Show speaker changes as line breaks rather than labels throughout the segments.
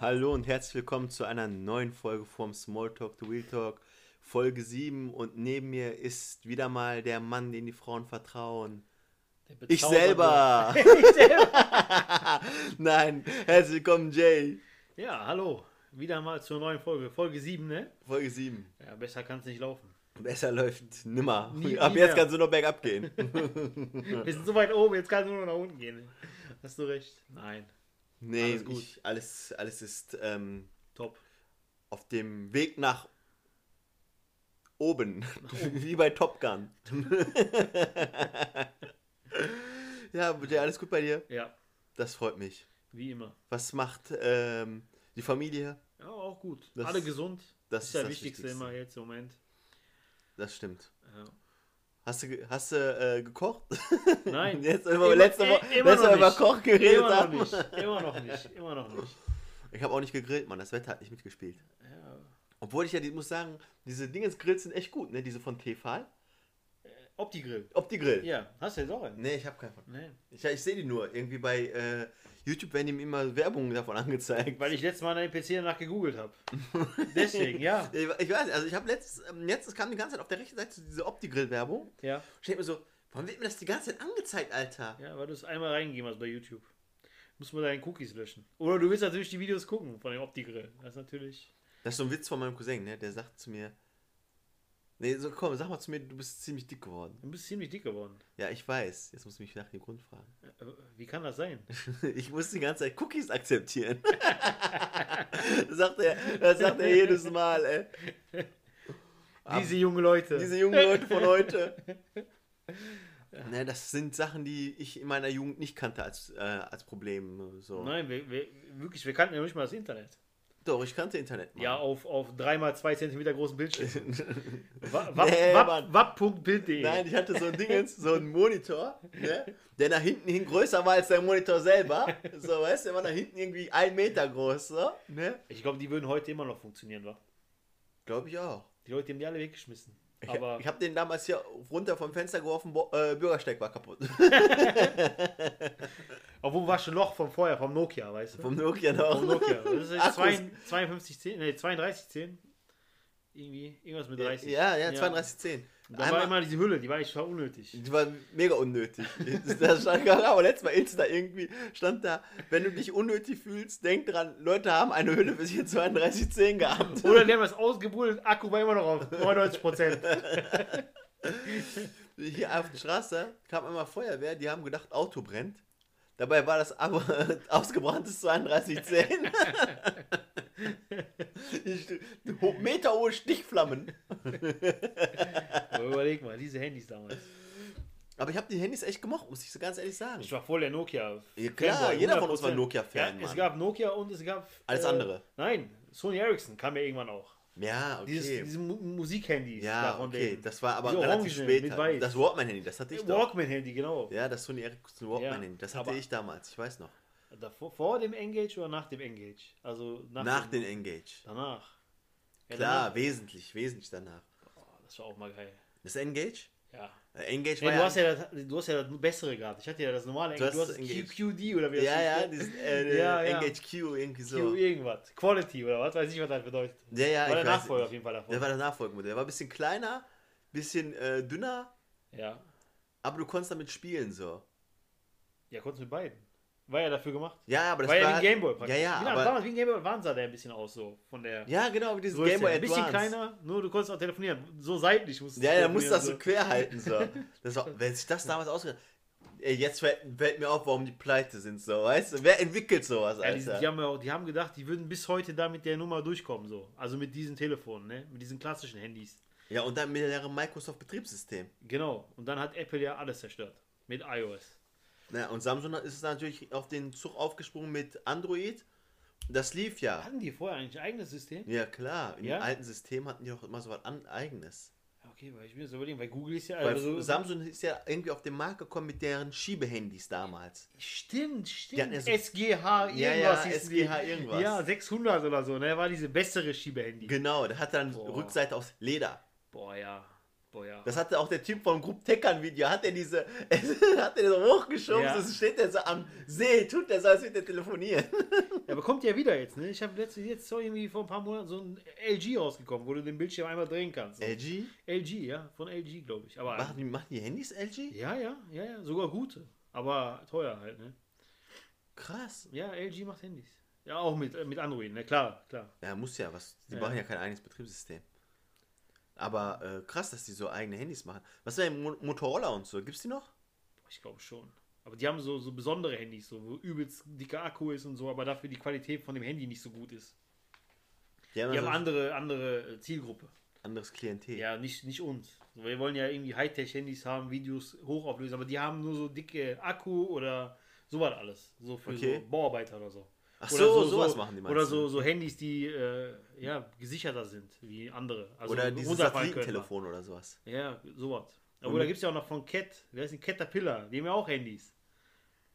Hallo und herzlich willkommen zu einer neuen Folge vom Smalltalk to Real Talk, Folge 7. Und neben mir ist wieder mal der Mann, den die Frauen vertrauen. Ich selber.
ich selber.
Nein, herzlich willkommen, Jay.
Ja, hallo. Wieder mal zur neuen Folge. Folge 7, ne?
Folge 7.
Ja, besser kann es nicht laufen.
Besser läuft nimmer.
Nie-
Ab
nie
jetzt
mehr.
kannst du nur bergab gehen.
Wir sind so weit oben, jetzt kann es nur noch nach unten gehen. Hast du recht? Nein.
Nee, alles,
Alles gut.
Ich, alles, alles ist ähm,
Top.
auf dem Weg nach oben. Wie bei Top Gun. ja, Jay, alles gut bei dir?
Ja,
Das freut mich.
wie immer.
Was macht ähm, die Familie?
Ja, auch gut.
Das-
Alle gesund.
das
ist
ist
ja
das
Wichtigste
Wichtigste.
immer jetzt im Moment.
Das stimmt.
Ja.
Hast du, ge- hast du äh, gekocht?
Nein.
Jetzt, immer,
Immer-
letzte
i-
Woche
immer
letzte
noch
Mal über
nicht.
Koch geredet
Immer noch
haben.
nicht. Immer noch nicht. Immer noch nicht.
Ich habe auch nicht gegrillt, Mann. Das Wetter hat nicht mitgespielt.
Ja.
Obwohl ich ja, die- muss sagen, diese Dingensgrills sind echt gut, ne? Diese von Tefal.
Opti-Grill.
Ob die Grill?
Ja, hast du jetzt auch einen?
Nee, ich habe keinen von.
Nee.
Ich, ich sehe die nur. Irgendwie bei äh, YouTube werden ihm immer Werbung davon angezeigt.
Weil ich letztes Mal an den PC danach gegoogelt habe. Deswegen, ja.
Ich, ich weiß, nicht, also ich habe letztens, ähm, letztens kam die ganze Zeit auf der rechten Seite diese Opti-Grill-Werbung.
Ja.
Ich denk mir so, warum wird mir das die ganze Zeit angezeigt, Alter?
Ja, weil du es einmal reingegeben hast bei YouTube. Muss man deine Cookies löschen. Oder du willst natürlich die Videos gucken von dem Opti-Grill. Das ist natürlich.
Das ist so ein Witz von meinem Cousin, ne? Der sagt zu mir. Nee, so komm, sag mal zu mir, du bist ziemlich dick geworden.
Du bist ziemlich dick geworden.
Ja, ich weiß. Jetzt musst du mich nach dem Grund fragen.
Äh, Wie kann das sein?
Ich muss die ganze Zeit Cookies akzeptieren. das, sagt er, das sagt er jedes Mal, ey. Ab-
Diese jungen Leute.
Diese jungen Leute von heute. Ne, das sind Sachen, die ich in meiner Jugend nicht kannte als, äh, als Problem. So.
Nein, wir, wir, wirklich, wir kannten ja nicht mal das Internet.
Doch, ich kannte Internet. Mann.
Ja, auf, auf 3x2 cm großen Bildschirm. Wa-
Nee,
wa-
Mann.
wa- Wapp.bild.de.
Nein, ich hatte so ein Dingens, so einen Monitor, ne, der nach hinten hin größer war als der Monitor selber. So, weißt du, der war nach hinten irgendwie ein Meter groß, so, ne?
Ich glaube, die würden heute immer noch funktionieren, wa?
Glaube ich auch.
Die Leute haben die alle weggeschmissen.
Ich,
Aber
ich habe den damals hier runter vom Fenster geworfen, Bo äh, Bürgersteig war kaputt.
obwohl war schon noch vom vorher, vom Nokia, weißt du?
Vom Nokia noch.
Vom Nokia. Das ist
Akkus.
jetzt 52 5210, nee, 3210. Irgendwie, irgendwas mit 30.
Ja, ja, 3210.
Da war immer diese Hülle, die war echt war unnötig.
Die war mega unnötig. da stand, aber letztes Mal Insta irgendwie stand da, wenn du dich unnötig fühlst, denk dran, Leute haben eine Hülle bis hier 3210 gehabt.
Oder die haben das ausgebuddelt, Akku war immer noch auf 99%.
Hier auf der Straße kam einmal Feuerwehr, die haben gedacht, Auto brennt. Dabei war das aber ausgebranntes 3210. Ich- ho- Meterhohe Stichflammen.
Aber überleg mal, diese Handys damals.
Aber ich habe die Handys echt gemocht, muss ich so ganz ehrlich sagen.
Ich war voll der Nokia.
Ja, klar, jeder von uns war Nokia-Fan,
Ja, es
Mann.
gab Nokia und es gab. äh,
Alles andere.
Nein, Sony Ericsson kam ja irgendwann auch.
Ja, okay.
Dieses, Diese Mu Musikhandys.
ja,
davon
okay.
leben.
Das war aber
Diese
relativ
Orangen
spät. halt.
mit Weiß.
Das Walkman-Handy, das hatte ich doch.
Walkman-Handy, genau.
Ja, das Sony Ericsson Walkman Handy. Das hatte
aber-
ich damals, ich weiß noch.
Davor, vor dem Engage oder nach dem Engage? Also nach,
Nach
dem,
den Engage.
Danach. Ja,
Klar,
Danach.
wesentlich, wesentlich danach.
Oh, das war auch mal geil.
Das Engage?
Ja.
Äh, Engage
Nee,
war
du,
ja.
hast ja das, du hast ja das bessere gehabt. Ich hatte ja das normale
Du
Engage. Du
hast
hast
Engage.
QQD oder wie das
ja,
hieß,
ja,
ne?
dieses, äh,
Ja, ja.
Engage Q irgendwie
Q
so.
irgendwas. Quality oder was? Weiß ich, was das bedeutet.
Ja, ja, ich
war der
weiß
Nachfolger
nicht.
auf jeden Fall davon.
Der war das Nachfolgemodell. Der war ein bisschen kleiner, bisschen äh, dünner,
ja.
aber du konntest damit spielen so.
Ja, konntest mit beiden. War ja dafür gemacht.
Ja, aber das
war
war halt-
ja wie ein Gameboy
Ja, ja,
Wie,
aber,
damals wie ein Gameboy Advance sah der ein bisschen aus so. Von der
ja, genau, wie dieses
Größe.
Gameboy
Ein bisschen
Advance.
kleiner, nur du konntest auch telefonieren. So seitlich musstest
Ja, ja,
telefonieren
musst du das so
und
quer halten. So. Das war, wenn sich das damals ausgedacht Ey, jetzt fällt, fällt mir auf, warum die pleite sind, so, weißt du? Wer entwickelt sowas,
Ja, die,
Alter?
die, haben ja auch, die haben gedacht, die würden bis heute da mit der Nummer durchkommen, so. Also mit diesen Telefonen, ne? Mit diesen klassischen Handys.
Ja, und dann mit deren Microsoft-Betriebssystem.
Genau. Und dann hat Apple ja alles zerstört. Mit iOS.
Ja, und Samsung ist natürlich auf den Zug aufgesprungen mit Android. Das lief ja.
Hatten die vorher eigentlich ein eigenes System?
Ja, klar. In
Ja?
dem alten System hatten die doch immer so was an, Eigenes.
Ja, Okay, weil ich mir so überlegen, weil Google ist ja.
Weil
Also,
Samsung ist ja irgendwie auf den Markt gekommen mit deren Schiebehandys damals.
stimmt,
Die hatten
stimmt.
ja so-
SGH irgendwas.
Ja, ja,
hießen
SGH
die.
irgendwas.
Ja, 600 oder so, ne? War diese bessere Schiebehandy.
Genau, der hat dann
Boah.
Rückseite aus Leder.
Boah, ja. Boah, ja.
Das hatte auch der Typ vom Group Teckern Video, hat er diese, hat er so hochgeschoben,
Ja.
so steht er so am See, tut er so, als würde er telefonieren.
Ja, aber kommt ja wieder jetzt, ne? Ich habe letztens jetzt so irgendwie vor ein paar Monaten so ein LG rausgekommen, wo du den Bildschirm einmal drehen kannst.
LG?
LG, ja, von LG, glaube ich. Aber
Machen die, machen die Handys LG?
ja, ja, ja, ja, sogar gute. Aber teuer halt, ne?
Krass.
Ja, LG macht Handys. Ja, auch mit, äh, mit Android, ne? Klar, klar.
Ja, muss ja was. Die
Ja.
machen ja kein eigenes Betriebssystem. Aber äh, krass, dass die so eigene Handys machen. Was war denn Mo Motorola und so? Gibt's die noch?
Boah, Ich glaube schon. Aber die haben so, so besondere Handys, so, wo übelst dicker Akku ist und so, aber dafür die Qualität von dem Handy nicht so gut ist. Die haben
also ein
andere, andere äh, Zielgruppe.
anderes Klientel.
Ja, nicht, nicht uns. So, Wir wollen ja irgendwie Hightech-Handys haben, Videos hochauflösen, aber die haben nur so dicke Akku oder sowas alles. So für
Okay.
so Bauarbeiter oder so.
Ach
oder
so, sowas machen die
Oder
meinst
so, so Handys, die äh, ja, gesicherter sind wie andere. Also
oder dieses
runterfallen können.
Satellitentelefon oder sowas.
Ja, sowas. Aber
Und-
da gibt es ja auch noch von Cat, wer ist denn Caterpillar? Die haben ja auch Handys.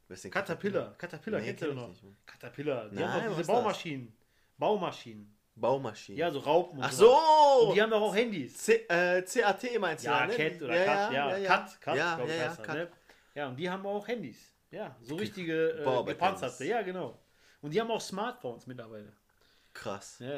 Wer ist denn
Caterpillar, Caterpillar
Nee,
kennst du
kenn
doch noch.
ich nicht.
Caterpillar, die
Nein,
haben
was
doch
ist das?
diese Baumaschinen. Baumaschinen.
Baumaschine.
Ja, so Raupen. und
Ach
sowas.
so!
Und die haben doch auch Handys.
C äh, CAT meinst du?
Ja,
ne?
Cat oder Cat, ja, Cut, Cut,
ja,
glaub
ja,
ich,
ja,
heißt das,
Cut.
ne? Ja, und die haben auch Handys. Ja, so richtige äh,
Bauarbeiter-Handys.
gepanzerte, ja, genau. Und die haben auch Smartphones mittlerweile.
Krass.
Ja,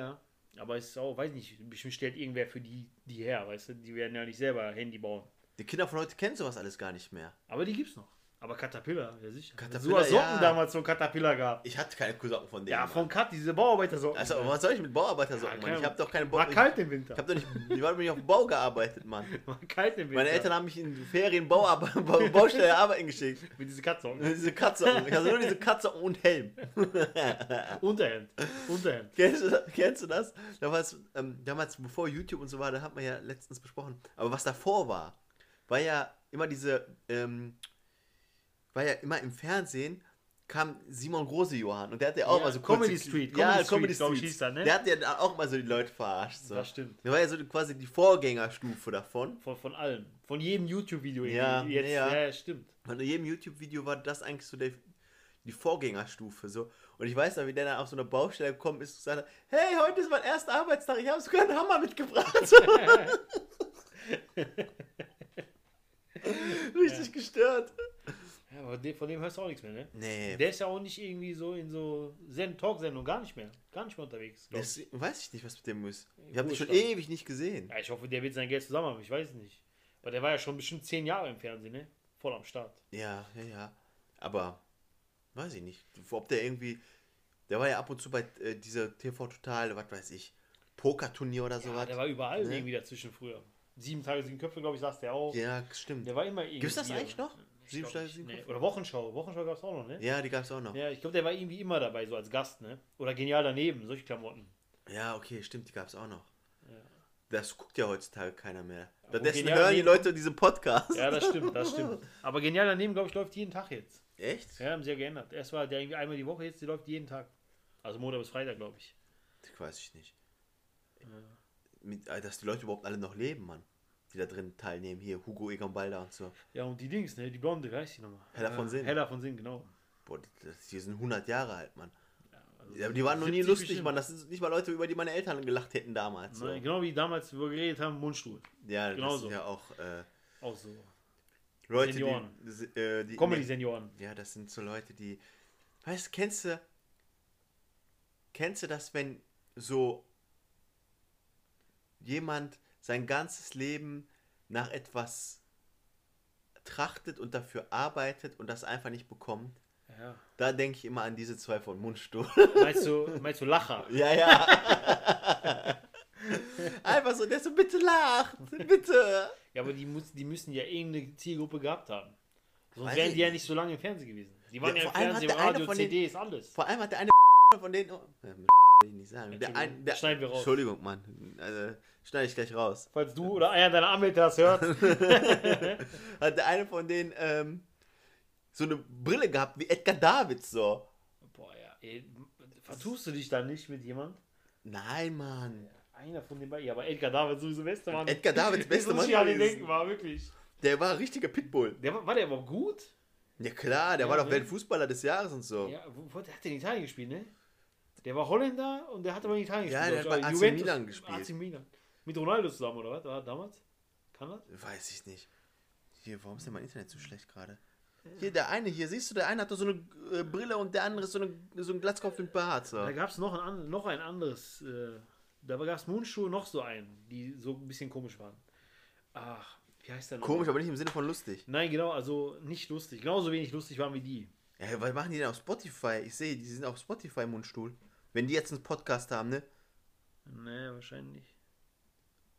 ja. Aber es ist auch, weiß nicht, bestimmt stellt irgendwer für die, die her, weißt du, die werden ja nicht selber Handy bauen.
Die Kinder von heute kennen sowas alles gar nicht mehr.
Aber die gibt's noch. Aber Caterpillar, ja sicher.
Caterpillar,
so was Socken
ja.
damals von Caterpillar gab.
Ich hatte keine Socken von denen.
Ja,
Mann.
von Cut, diese Bauarbeitersocken.
Also, was soll ich mit Bauarbeitersocken,
Ja,
Mann? Ich
keine-
habe doch keine Bau.
War kalt im Winter.
Ich habe doch nicht. Ich habe nicht auf dem Bau gearbeitet, Mann.
War kalt im Winter.
Meine Eltern haben mich in die Ferien Bauarbe Bau- Baustelle arbeiten geschickt.
Mit diese Katzen.
Nur diese Katze. Ich hatte nur diese Katze und Helm.
Unterhemd. Unterhemd.
Kennst du, das- kennst du das? Damals, ähm, damals, bevor YouTube und so war, da hat man ja letztens besprochen. Aber was davor war, war ja immer diese, ähm, war ja immer im Fernsehen kam Simon Große Johann und der hat ja auch
Ja,
mal so
Comedy
kurze-
Street,
ja,
Comedy
Comedy
Street, glaub
Street,
ich, hieß er, ne?
der hat ja dann auch mal so die Leute verarscht. So.
Das stimmt.
Der war ja so quasi die Vorgängerstufe davon.
Von, von allem. Von jedem YouTube-Video.
Ja,
irgendwie. jetzt,
ja.
ja. ja, stimmt.
Und in jedem YouTube-Video war das eigentlich so der, die Vorgängerstufe. So. Und ich weiß noch, wie der dann auf so eine Baustelle gekommen ist und gesagt hat, hey, heute ist mein erster Arbeitstag, ich habe sogar einen Hammer mitgebracht. Richtig gestört.
Ja, aber de- von dem hörst du auch nichts mehr, ne?
Nee,
Der ist ja auch nicht irgendwie so in so Zen- Talk-Sendung, gar nicht mehr. Gar nicht mehr unterwegs. glaub ich.
das, weiß ich nicht, was mit dem ist. Ich habe dich schon
Ruhestand.
ewig nicht gesehen.
Ja, ich hoffe, der wird sein Geld zusammen haben, ich weiß es nicht. Aber der war ja schon bestimmt zehn Jahre im Fernsehen, ne? Voll am Start.
Ja, ja, ja. Aber weiß ich nicht, ob der irgendwie. Der war ja ab und zu bei äh, dieser TV Total, was weiß ich, Pokerturnier oder
Ja,
sowas.
der war überall
ne?
irgendwie dazwischen früher. Sieben Tage, sieben Köpfe, glaube ich, saß der auch.
Ja, stimmt.
Der war immer irgendwie.
Gibt's das eigentlich noch?
Ich
Sieben
glaub
Tage,
nicht.
sieben
nee.
Köpfe?
Oder Wochenschau. Wochenschau gab es auch noch, ne?
Ja, die gab es auch noch. Ja.
Ja, ich glaube, der war irgendwie immer dabei, so als Gast, ne? Oder genial daneben, solche Klamotten.
okay, stimmt, die gab es auch noch.
Ja.
Das guckt ja heutzutage keiner mehr. Stattdessen
genial
hören die
die-
Leute diesen Podcast.
Ja, das stimmt, das stimmt. Aber genial daneben, glaube ich, läuft jeden Tag jetzt.
Echt?
Ja, haben sie ja geändert. Erst war der irgendwie einmal die Woche, jetzt die läuft jeden Tag. Also Montag bis Freitag, glaube ich.
Das weiß ich nicht. Mit, äh, dass die Leute überhaupt alle noch leben, Mann. Die da drin teilnehmen. Hier, Hugo Egon Balder und so.
Ja, und die Dings, ne? Die Blonde, wie heißt die nochmal?
Hella von
Äh,
Sinn.
Hella von Sinn, genau.
Boah, die, das- die sind 100 Jahre alt, Mann.
Also
Ja, aber die waren noch nie
70
lustig,
bestimmt.
Mann. Das sind nicht mal Leute, über die meine Eltern gelacht hätten damals. So.
Nein, Genau wie damals, wo wir geredet haben, Mundstuhl.
Ja, das
genau
sind
so.
ja auch äh,
Auch so.
Leute,
Senioren.
die. si- Äh, die
Comedy-Senioren.
Ja, das sind so Leute, die. Weißt du, kennst du. Kennst du das, wenn so jemand sein ganzes Leben nach etwas trachtet und dafür arbeitet und das einfach nicht bekommt?
Ja.
Da denke ich immer an diese zwei von Mundstuhl.
Meinst du, meinst du Lacher?
ja, ja. einfach so, der so, bitte lacht, bitte.
Ja, aber die, muss, die müssen ja irgendeine Zielgruppe gehabt haben. Sonst
Weiß
wären
ich
die ja nicht so lange im Fernsehen gewesen. Die waren
Ja, vor
ja, im
allem
Fernsehen,
hat der eine
Radio,
von den-
CDs, alles.
Vor allem hat der eine von denen. Oh, äh, will ich nicht sagen. Der
Entschuldigung,
ein, der,
schneiden wir raus.
Entschuldigung, Mann. Also, schneide ich gleich raus.
Falls du oder einer deiner Anwälte das hört.
Hat der eine von denen ähm, so eine Brille gehabt wie Edgar Davids so.
Boah, ja. Ey, vertust du dich da nicht mit jemandem?
Nein, Mann.
Einer von den beiden. Ja, aber Edgar David sowieso beste Mann.
Edgar Davids beste
Das muss
Mann.
ich an den
gewesen.
denken, war wirklich.
Der war ein richtiger Pitbull.
Der, war war der überhaupt gut?
Ja klar, der
Ja,
war doch
ne?
Weltfußballer des Jahres und so. Ja,
Ja, wo, wo, der hat in Italien gespielt, ne? Der war Holländer und der hat aber in Italien
Ja, der
gespielt. Also
hat
glaub ich,
bei
aber
AC Milan gespielt.
AC Milan. Mit Ronaldo zusammen, oder was? War das damals? Kann das?
Weiß ich nicht. Hier, warum ist denn mein Internet so schlecht gerade? Hier, der eine hier, siehst du, der eine hat doch so eine äh, Brille und der andere ist so, eine, so ein Glatzkopf mit Bart. So.
Da gab es noch ein, an- noch ein anderes. Äh, da gab es Moonschuhe noch so einen, die so ein bisschen komisch waren. Ach, wie heißt der noch?
Komisch, aber nicht im Sinne von lustig.
Nein, genau, also nicht lustig. Genauso wenig lustig waren wie die.
Ja, was machen die denn auf Spotify? Ich sehe, die sind auf Spotify Mundstuhl. Wenn die jetzt einen Podcast haben, ne?
Nee, wahrscheinlich.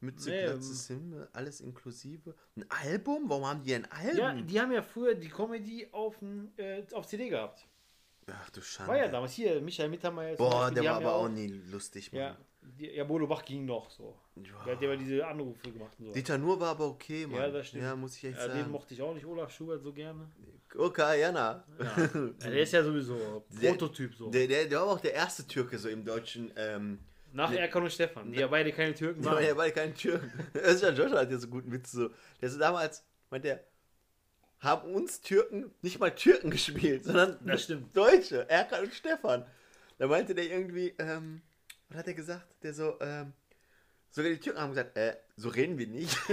Mütze,
Nee,
Glatze,
ähm.
Simme, alles inklusive. Ein Album? Warum haben die ein
Ja,
Album?
die haben ja früher die Comedy auf, dem, äh, auf CD gehabt.
Ach du Schande.
War ja damals hier, Michael Mittermeier. zum
Boah,
Beispiel,
der
die
war
haben ja
aber auch nie lustig, Mann.
Ja, die, ja Bodo Bach ging noch so.
Ja.
Der hat ja immer diese Anrufe gemacht und so.
Dieter Nur war aber okay, Mann.
ja, das stimmt.
Ja, muss ich echt
ja, Den
sagen.
mochte ich auch nicht, Olaf Schubert, so gerne.
Okay, Jana.
Ja. ja, der ist ja sowieso
Der-
Prototyp so.
Der, der, der war auch der erste Türke so im deutschen. Ähm,
Nach Erkan und Stefan, die ja beide keine Türken
ja,
waren.
der war kein Türke. Özcan Joshua hat ja so einen guten Witz. So. Der so damals, meint der, haben uns Türken nicht mal Türken gespielt, sondern
Das stimmt.
Deutsche, Erkan und Stefan. Da meinte der irgendwie, ähm, was hat er gesagt? Der so, ähm, sogar die Türken haben gesagt, äh, so reden wir nicht.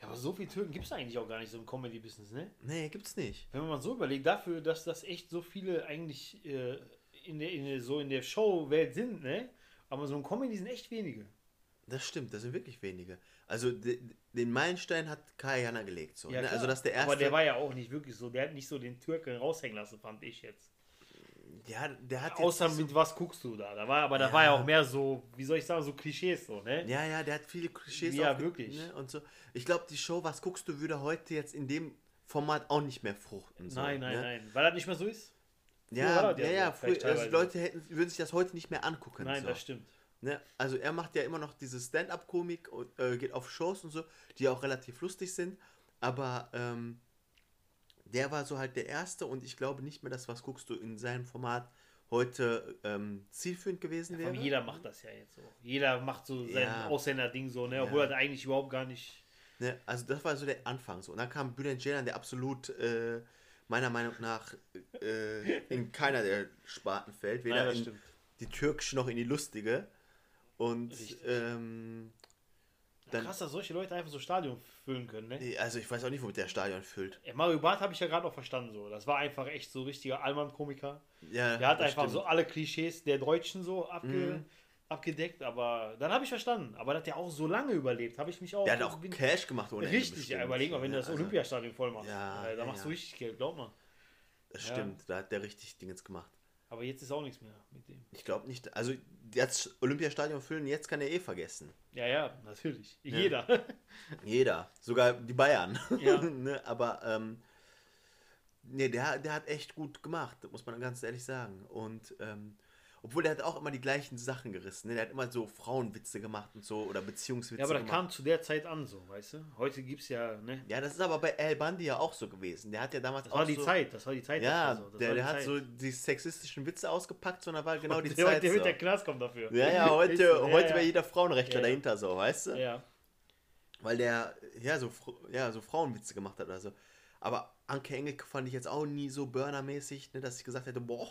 Ja, aber so viele Türken gibt es eigentlich auch gar nicht so im Comedy-Business, ne?
nee, gibt's nicht.
Wenn man mal so überlegt, dafür, dass das echt so viele eigentlich äh, in der, in der, so in der Show-Welt sind, ne? Aber so im Comedy sind echt wenige.
Das stimmt, das sind wirklich wenige. Also de, den Meilenstein hat Kai Hanna gelegt. So,
Ja,
ne?
klar.
Also dass der erste.
Aber der war ja auch nicht wirklich so, der hat nicht so den Türken raushängen lassen, fand ich jetzt.
ja, der hat jetzt
Außer
nicht so-
mit was guckst du da? Da war, aber da war ja auch mehr so, wie soll ich sagen, so Klischees so, ne?
Ja, ja, der hat viele Klischees
Ja,
aufge-
wirklich.
Ne, und so. Ich glaube, die Show, was guckst du, würde heute jetzt in dem Format auch nicht mehr fruchten. So,
nein, nein,
ne?
nein. Weil das nicht mehr so ist? Früher
Ja,
war das
ja,
ja
ja,
so, vielleicht
früher, also
teilweise.
Leute hätten, würden sich das heute nicht mehr angucken.
Nein,
so.
das stimmt.
ne? Also er macht ja immer noch diese Stand-up-Komik und äh, geht auf Shows und so, die ja auch relativ lustig sind. Aber ähm, der war so halt der Erste und ich glaube nicht mehr, dass was guckst du in seinem Format heute ähm, zielführend gewesen
Vor
wäre.
allem jeder macht das ja jetzt so. Jeder macht so sein
Ja.
Ausländer-Ding so, ne? Obwohl
Ja.
das eigentlich überhaupt gar nicht.
Ne, also das war so der Anfang so. Und dann kam Bülent Ceylan, der absolut äh, meiner Meinung nach äh, in keiner der Sparten fällt, weder
Nein, das
in
stimmt.
die türkische noch in die lustige. Und
Richtig.
ähm, dann,
Krass, dass solche Leute einfach so Stadion füllen können, ne?
Nee, also ich weiß auch nicht, womit der Stadion füllt.
Ey, Mario Barth habe ich ja gerade noch verstanden so. Das war einfach echt so richtiger Allmann-Komiker.
Ja,
Der hat
das
einfach
stimmt. Mhm.
so alle Klischees der Deutschen so abge abgedeckt, aber dann habe ich verstanden. Aber dass der auch so lange überlebt, habe ich mich auch.
Der hat auch
bin-
Cash gemacht ohne Ende
Richtig,
bestimmt.
ja, überleg mal, wenn
Ja, also
du das Olympiastadion voll machst.
Ja,
äh, da
ja,
machst du
ja.
richtig Geld, glaub mal.
Das
Ja.
stimmt, da hat der richtig Dingens gemacht.
Aber jetzt ist auch nichts mehr mit dem.
Ich glaube nicht, also jetzt Olympiastadion füllen, jetzt kann er eh vergessen.
Ja, ja, natürlich. Jeder.
Jeder, sogar die Bayern.
Ja.
ne, aber ähm, nee, der, der hat echt gut gemacht, muss man ganz ehrlich sagen. Und ähm, obwohl der hat auch immer die gleichen Sachen gerissen. Ne? Der hat immer so Frauenwitze gemacht und so oder Beziehungswitze
Ja, aber das
gemacht.
kam zu der Zeit an, so, weißt du? Heute gibt es ja, ne?
ja, das ist aber bei El Bandi ja auch so gewesen. Der hat ja damals
Das
auch
war die
so,
Zeit, das war die Zeit.
Ja,
dafür so. das
der,
war
der
die
hat
Zeit.
so die sexistischen Witze ausgepackt, sondern war genau die
der,
Zeit.
Der
so.
wird der Knast kommen dafür.
Ja, ja, heute,
Weißt du? Ja,
heute
ja.
wäre jeder Frauenrechtler
Ja, ja.
dahinter so, weißt du?
Ja.
weil der ja so, Fr- ja so Frauenwitze gemacht hat oder so. Aber Anke Engelke fand ich jetzt auch nie so burnermäßig, ne, dass ich gesagt hätte, boah.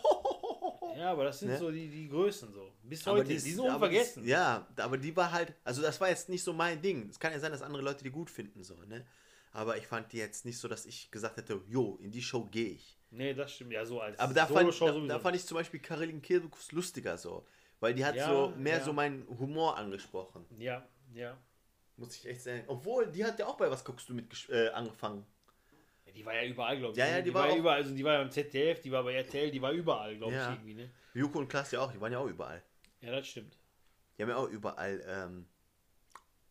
ja, aber das sind
Ne?
so die, die Größen so. Bis
Aber
heute, die,
ist-
sind
aber
unvergessen.
Das, ja, aber die war halt, also das war jetzt nicht so mein Ding. Es kann ja sein, dass andere Leute die gut finden so, ne? Aber ich fand die jetzt nicht so, dass ich gesagt hätte, jo, in die Show gehe ich.
Nee, das stimmt. Ja, so als
Aber da fand,
Solo-Show
da,
sowieso
da fand ich zum Beispiel Karelin Kirbukus lustiger so. Weil die hat
Ja,
so mehr
ja.
so meinen Humor angesprochen.
nicht. Ja, ja.
Muss ich echt sagen. Obwohl, die hat ja auch bei Was guckst du mit gesch- äh, angefangen.
Ja, Die war ja überall, glaube ich.
Ja, ja,
ne?
die war
ja
auch-
überall. Also die war ja im ZDF, die war bei RTL, die war überall, glaube
Ja.
ich, irgendwie, ne?
Joko und Klaas ja auch, die waren ja auch überall.
Ja, das stimmt.
Die haben ja auch überall, ähm.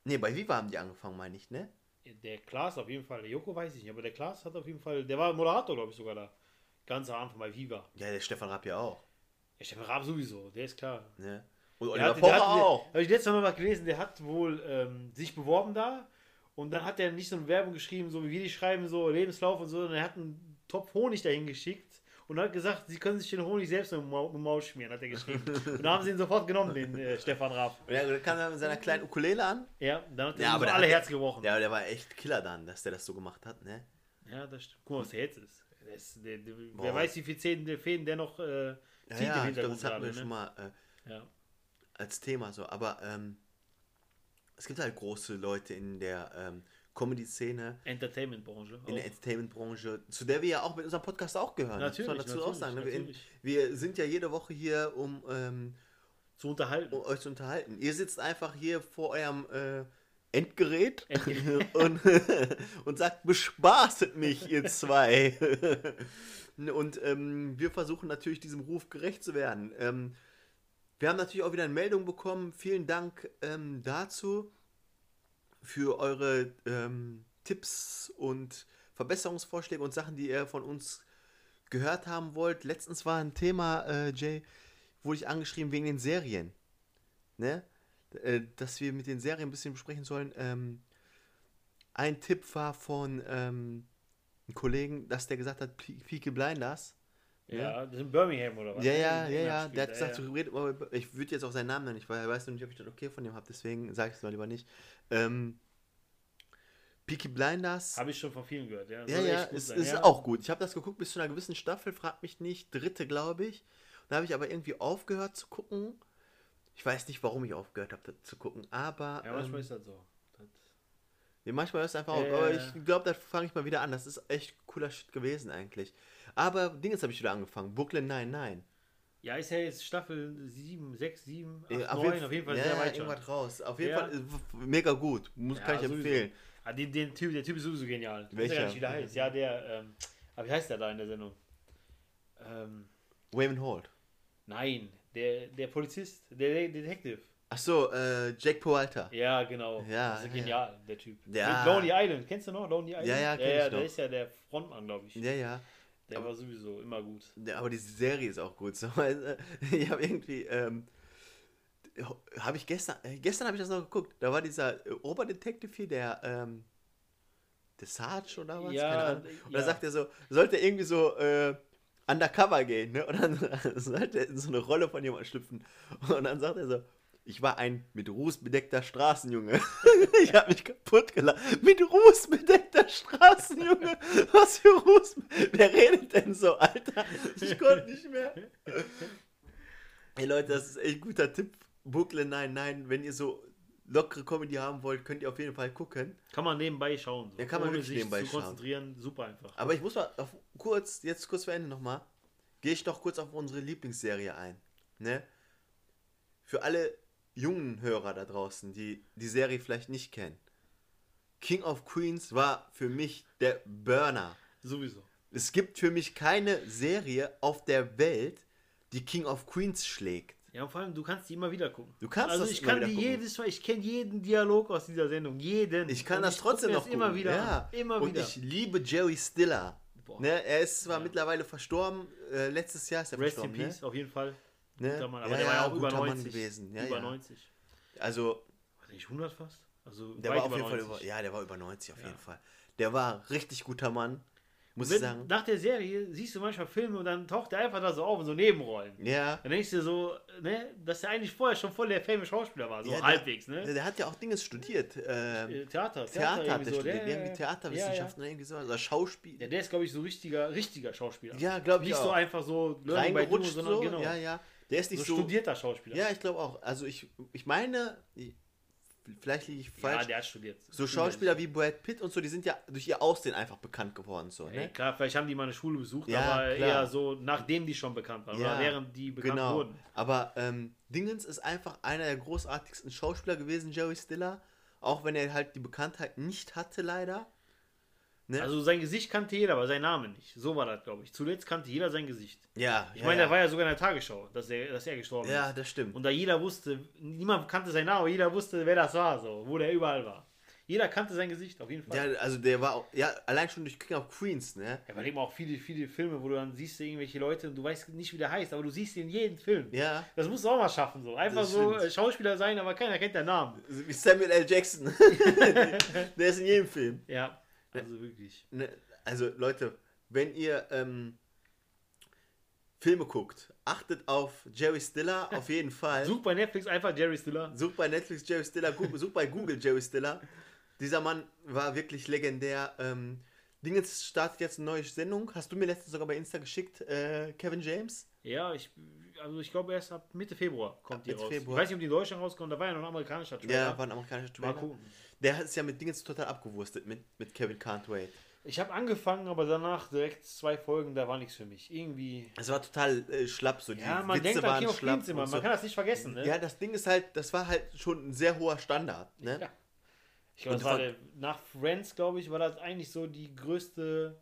Ne, bei Viva haben die angefangen, meine ich, ne?
Der Klaas auf jeden Fall, der Joko weiß ich nicht, aber der Klaas hat auf jeden Fall, der war Moderator, glaube ich, sogar da. Ganz am Anfang bei Viva.
Ja, der Stefan Rapp ja auch,
Der Stefan Raab sowieso, der ist klar.
ne? Und
Der
Oliver
hat, der
Pocher
hat,
auch.
Habe ich letztes Mal noch was gelesen, der hat wohl ähm, sich beworben da und dann hat er nicht so eine Werbung geschrieben, so wie wir die schreiben, so Lebenslauf und so, sondern er hat einen Topf Honig dahin geschickt und hat gesagt, sie können sich den Honig selbst im Maul, im Maul schmieren, hat er geschrieben. und da haben sie ihn sofort genommen, den äh, Stefan Raab.
Und er kam dann mit seiner kleinen Ukulele an.
Ja, dann hat er
Ja,
ihm
aber
so
der
alle
hat-
Herz gebrochen. Ja.
Ja, der war echt Killer dann, dass der das so gemacht hat, ne?
das stimmt. Guck mal, was der jetzt ist. Der ist der, der,
Boah.
wer weiß, wie viele Zähne der Fäden der noch äh,
Ja, ja
zieht im ne?
ich glaub,
Hintergrund
das hatten wir
gerade,
schon
ne?
mal äh,
Ja.
als Thema so. Aber, ähm. es gibt halt große Leute in der ähm, Comedy-Szene,
Entertainment-Branche.
in der
auch.
Entertainment-Branche, zu der wir ja auch mit unserem Podcast auch gehören.
Natürlich,
Muss man dazu auch
natürlich,
sagen. ne? Wir, in,
natürlich.
wir sind ja jede Woche hier, um, ähm,
Zu unterhalten.
um euch zu unterhalten. Ihr sitzt einfach hier vor eurem äh, Endgerät,
Endgerät.
und, und sagt, bespaßet mich, ihr zwei. und ähm, wir versuchen natürlich, diesem Ruf gerecht zu werden. Ähm, wir haben natürlich auch wieder eine Meldung bekommen. Vielen Dank ähm, dazu für eure ähm, Tipps und Verbesserungsvorschläge und Sachen, die ihr von uns gehört haben wollt. Letztens war ein Thema, äh, Jay, wurde ich angeschrieben wegen den Serien. Ne? Äh, Dass wir mit den Serien ein bisschen besprechen sollen. Ähm, ein Tipp war von ähm, einem Kollegen, dass der gesagt hat, Pe- Peaky Blinders.
Ja, das ist in Birmingham oder was?
Ja,
ne?
ja,
In
ja,
England
ja, der hat
spielt er,
es dazu geredet, aber ich würde jetzt auch seinen Namen nennen, ich weiß, weiß noch nicht, ob ich das okay von dem habe, deswegen sage ich es mal lieber nicht. Ähm, Peaky Blinders,
Habe ich schon von vielen gehört, ja.
ja,
Soll
ja,
echt gut
ist,
sein,
ist
ja.
auch gut. Ich habe das geguckt bis zu einer gewissen Staffel, fragt mich nicht, dritte, glaube ich. Da habe ich aber irgendwie aufgehört zu gucken. Ich weiß nicht, warum ich aufgehört habe zu gucken, aber
Ja, manchmal
ähm,
ist das so. Das,
ja, manchmal hörst du einfach
Ja,
auf.
ja,
aber
ja.
ich glaube, da fange ich mal wieder an. Das ist echt cooler Shit gewesen eigentlich. Aber Dingens habe ich wieder angefangen. Brooklyn, nein, nein.
ja, ist ja jetzt Staffel 7, 6, 7, 8,
Äh,
9, auf jeden Fall
ja,
sehr
ja,
weit schon.
irgendwas raus. Auf jeden
Ja.
Fall äh, w- mega gut. Muss,
Ja,
kann ich
sowieso.
empfehlen.
Ah, den, den typ, der Typ ist sowieso genial. Ich Weiß ja
Welcher?
gar nicht, wie der heißt. Ja, der, ähm, aber wie heißt der da in der Sendung? Ähm,
Raymond Holt.
nein, der, der Polizist, der, der Detective.
Achso, äh, Jack Powalter.
Ja, genau.
Ja,
das ist
ja,
genial, der Typ.
Ja.
Mit Lonely Island, kennst du noch? Lonely Island?
ja, kenn
ja,
ich
der
noch.
ist ja der Frontmann, glaube ich.
Ja, ja.
Der war sowieso immer gut.
ja. Aber die Serie ist auch gut. So, weil, äh, ich habe irgendwie. Ähm, habe ich gestern. Äh, gestern habe ich das noch geguckt. Da war dieser äh, Oberdetektiv hier, der. Ähm, der Sarge oder was?
Ja,
Keine Ahnung. Und
ja.
da sagt er so, sollte irgendwie so äh, undercover gehen, ne? Und dann sollte er in so eine Rolle von jemandem schlüpfen. Und dann sagt er so, ich war ein mit Ruß bedeckter Straßenjunge. Ich habe mich kaputt gelacht. Mit Ruß bedeckter Straßenjunge. Was für Ruß? Wer redet denn so, Alter? Ich konnte nicht mehr. Hey Leute, das ist echt ein guter Tipp. Brooklyn, nein, nein. Wenn ihr so lockere Comedy haben wollt, könnt ihr auf jeden Fall gucken.
Kann man nebenbei schauen. So.
Ja, kann man
Ohne
wirklich
sich
nebenbei
zu
schauen.
konzentrieren, super einfach.
Aber ich muss mal auf, kurz, jetzt kurz vor Ende nochmal, gehe ich doch kurz auf unsere Lieblingsserie ein. Ne? Für alle jungen Hörer da draußen, die die Serie vielleicht nicht kennen. King of Queens war für mich der Burner.
Sowieso.
Es gibt für mich keine Serie auf der Welt, die King of Queens schlägt.
Ja, und vor allem, du kannst die immer wieder gucken.
Du kannst
also
das
ich
immer
kann
wieder
die
gucken.
jedes Mal, ich kenne jeden Dialog aus dieser Sendung, jeden.
Ich kann
Und
das
guck
trotzdem
mir
noch
das immer
gucken.
wieder
ja.
an. Immer
Und
wieder.
ich liebe Jerry Stiller.
Boah.
Ne? Er ist zwar
Ja.
mittlerweile verstorben, äh, letztes Jahr ist er
Rest in
verstorben.
Peace, auf jeden Fall.
Ne?
Guter Mann. Aber
Ja,
der war ja
ja,
auch über
guter Mann
90.
gewesen. Ja,
über
ja.
90.
Ne? Also
War der nicht 100 fast? Also
Der
weit
war auf
über
jeden Fall
90.
über, ja, der war über 90 auf jeden Fall. Der war richtig guter Mann, muss ich
Wenn,
sagen.
Nach der Serie siehst du manchmal Filme und dann taucht der einfach da so auf in so Nebenrollen.
Ja,
Dann denkst du dir so, ne, dass der eigentlich vorher schon voll der fame Schauspieler war, so
Ja, der-
halbwegs,
der,
ne?
der hat ja auch Dinges studiert. Ähm,
Äh, Theater, Theater,
Theater hat
irgendwie
er
so.
studiert,
Ja, ja,
irgendwie
ja.
Theaterwissenschaften oder irgendwie so, oder Schauspiel.
Ja, ja. ja, der ist, glaube ich, so richtiger, richtiger Schauspieler.
Ja, glaub ich
Nicht
auch.
so einfach so Learning by Doing,
Reingerutscht
sondern
so,
genau.
ja, ja. Der ist
so,
nicht so,
studierter Schauspieler.
ja, ich glaube auch. Also ich, ich meine, ich, vielleicht liege ich
ja
falsch,
der hat studiert.
so Schauspieler wie Brad Pitt und so, die sind ja durch ihr Aussehen einfach bekannt geworden, so,
Ey,
ne?
klar, vielleicht haben die mal eine Schule besucht,
Ja,
aber
klar.
eher so, nachdem die schon bekannt waren,
Ja,
oder während die bekannt
genau.
wurden.
Aber ähm, Dingens ist einfach einer der großartigsten Schauspieler gewesen, Jerry Stiller. Auch wenn er halt die Bekanntheit nicht hatte, leider. Ne?
Also sein Gesicht kannte jeder, aber sein Name nicht. So war das, glaube ich. Zuletzt kannte jeder sein Gesicht.
ja,
Ich
ja,
meine,
ja.
da war ja sogar in der Tagesschau, dass er, dass er gestorben
Ja,
ist.
das stimmt.
Und da jeder wusste, niemand kannte seinen Namen, aber jeder wusste, wer das war, so, wo der überall war. Jeder kannte sein Gesicht, auf jeden Fall.
ja, also der war auch, ja, allein schon durch King of Queens, ne?
Ja, überleg mal auch viele, viele Filme, wo du dann siehst du irgendwelche Leute und du weißt nicht, wie der heißt, aber du siehst ihn in jedem Film.
Ja.
Das musst du auch mal schaffen, so. Einfach
Das
so
stimmt.
äh, Schauspieler sein, aber keiner kennt den Namen.
Wie Samuel L. Jackson. der ist in jedem Film.
Ja, also wirklich.
Ne, also Leute, wenn ihr ähm, Filme guckt, achtet auf Jerry Stiller auf jeden Fall.
Such bei Netflix einfach Jerry Stiller.
Such bei Netflix Jerry Stiller, gu- such bei Google Jerry Stiller. Dieser Mann war wirklich legendär. Ähm, Dingens startet jetzt eine neue Sendung. Hast du mir letztens sogar bei Insta geschickt, äh, Kevin James?
Ja, ich, also ich glaube erst ab Mitte Februar kommt die
Mitte
raus.
Februar.
Ich weiß nicht, ob die in Deutschland rauskommt, da war ja noch ein amerikanischer Trailer.
Ja, war ein amerikanischer Trailer.
Mal gucken.
Der ist ja mit Dingens total abgewurstet, mit, mit Kevin Cantway.
Ich habe angefangen, aber danach direkt zwei Folgen, da war nichts für mich. Irgendwie.
Es war total äh, schlapp, so die
Ja, man
Witze
denkt an
waren
King of
schlapp.
Queens immer,
und
man
so.
kann das nicht vergessen, ne?
Ja, das Ding ist halt, das war halt schon ein sehr hoher Standard. Ne?
Ja. Ich glaube,
Und
das war
von-
der, nach Friends, glaube ich, war das eigentlich so die größte.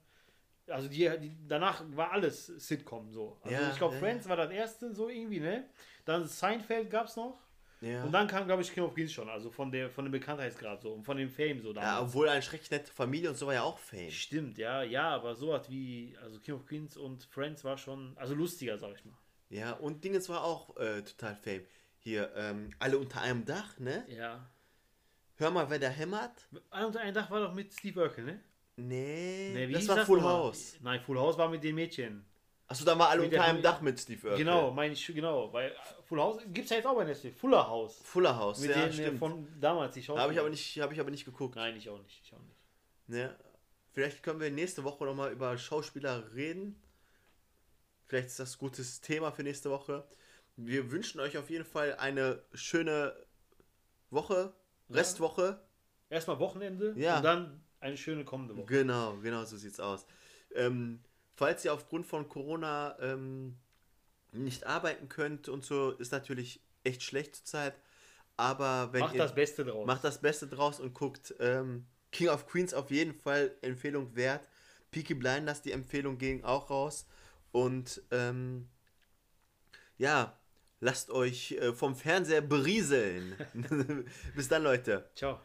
Also die, die danach war alles Sitcom so. Also
Ja,
ich glaube,
ja,
Friends war das erste so irgendwie, ne? Dann Seinfeld gab es noch.
Ja.
Und dann kam, glaube ich, King of Queens schon, also von der von dem Bekanntheitsgrad so und von dem Fame so
ja,
damals.
obwohl eine schrecklich nette Familie und so war ja auch Fame.
Stimmt, ja, ja, aber sowas wie, also King of Queens und Friends war schon, also lustiger, sag ich mal.
Ja, und Dingens war auch äh, total Fame. Hier, ähm, alle unter einem Dach, ne?
Ja.
Hör mal, wer da hämmert.
Alle unter einem Dach war doch mit Steve Urkel, ne?
Nee,
ne wie
das
hieß
war Full
nochmal?
House.
Nein, Full House war mit den Mädchen.
Achso, da war alle
Mit
unter
der
einem
Familie-
Dach mit Steve Urkel.
Genau, meine ich, genau, weil Full House gibt's ja jetzt auch bei Netflix, Fuller House.
Fuller House,
Mit
ja,
denen äh,
stimmt.
von damals, ich
Habe ich aber nicht, habe ich aber nicht geguckt.
Nein, ich auch nicht, ich auch nicht.
Ne? Vielleicht können wir nächste Woche nochmal über Schauspieler reden. Vielleicht ist das ein gutes Thema für nächste Woche. Wir wünschen euch auf jeden Fall eine schöne Woche,
Ja.
Restwoche.
Erstmal Wochenende
Ja.
und dann eine schöne kommende Woche.
Genau, genau so sieht's aus. Ähm, falls ihr aufgrund von Corona ähm, nicht arbeiten könnt und so, ist natürlich echt schlecht zur Zeit. Aber wenn
Macht
ihr
das Beste draus.
macht das Beste draus und guckt ähm, King of Queens auf jeden Fall Empfehlung wert. Peaky Blinders, die Empfehlung ging auch raus. Und ähm, ja, lasst euch äh, vom Fernseher berieseln. Bis dann, Leute.
Ciao.